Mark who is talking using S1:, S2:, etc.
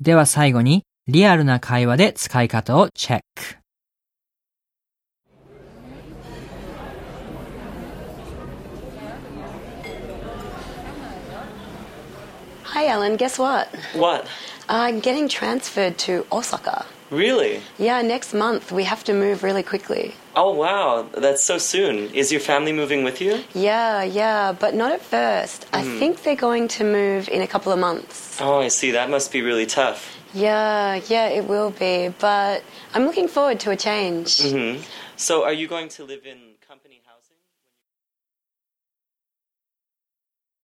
S1: では最後に、リアルな会話で使い方をチェック。
S2: Hi, Ellen. Guess what?
S3: What?
S2: I'm getting transferred to Osaka.
S3: Really?
S2: Yeah, next month. We have to move really quickly.
S3: Oh, wow. That's so soon. Is your family moving with you?
S2: Yeah, yeah, but not at first. I think they're going to move in a couple of months.
S3: Oh, I see. That must be really tough.
S2: Yeah, yeah, it will be, but I'm looking forward to a change.
S3: So, are Mm-hmm. you going to live in.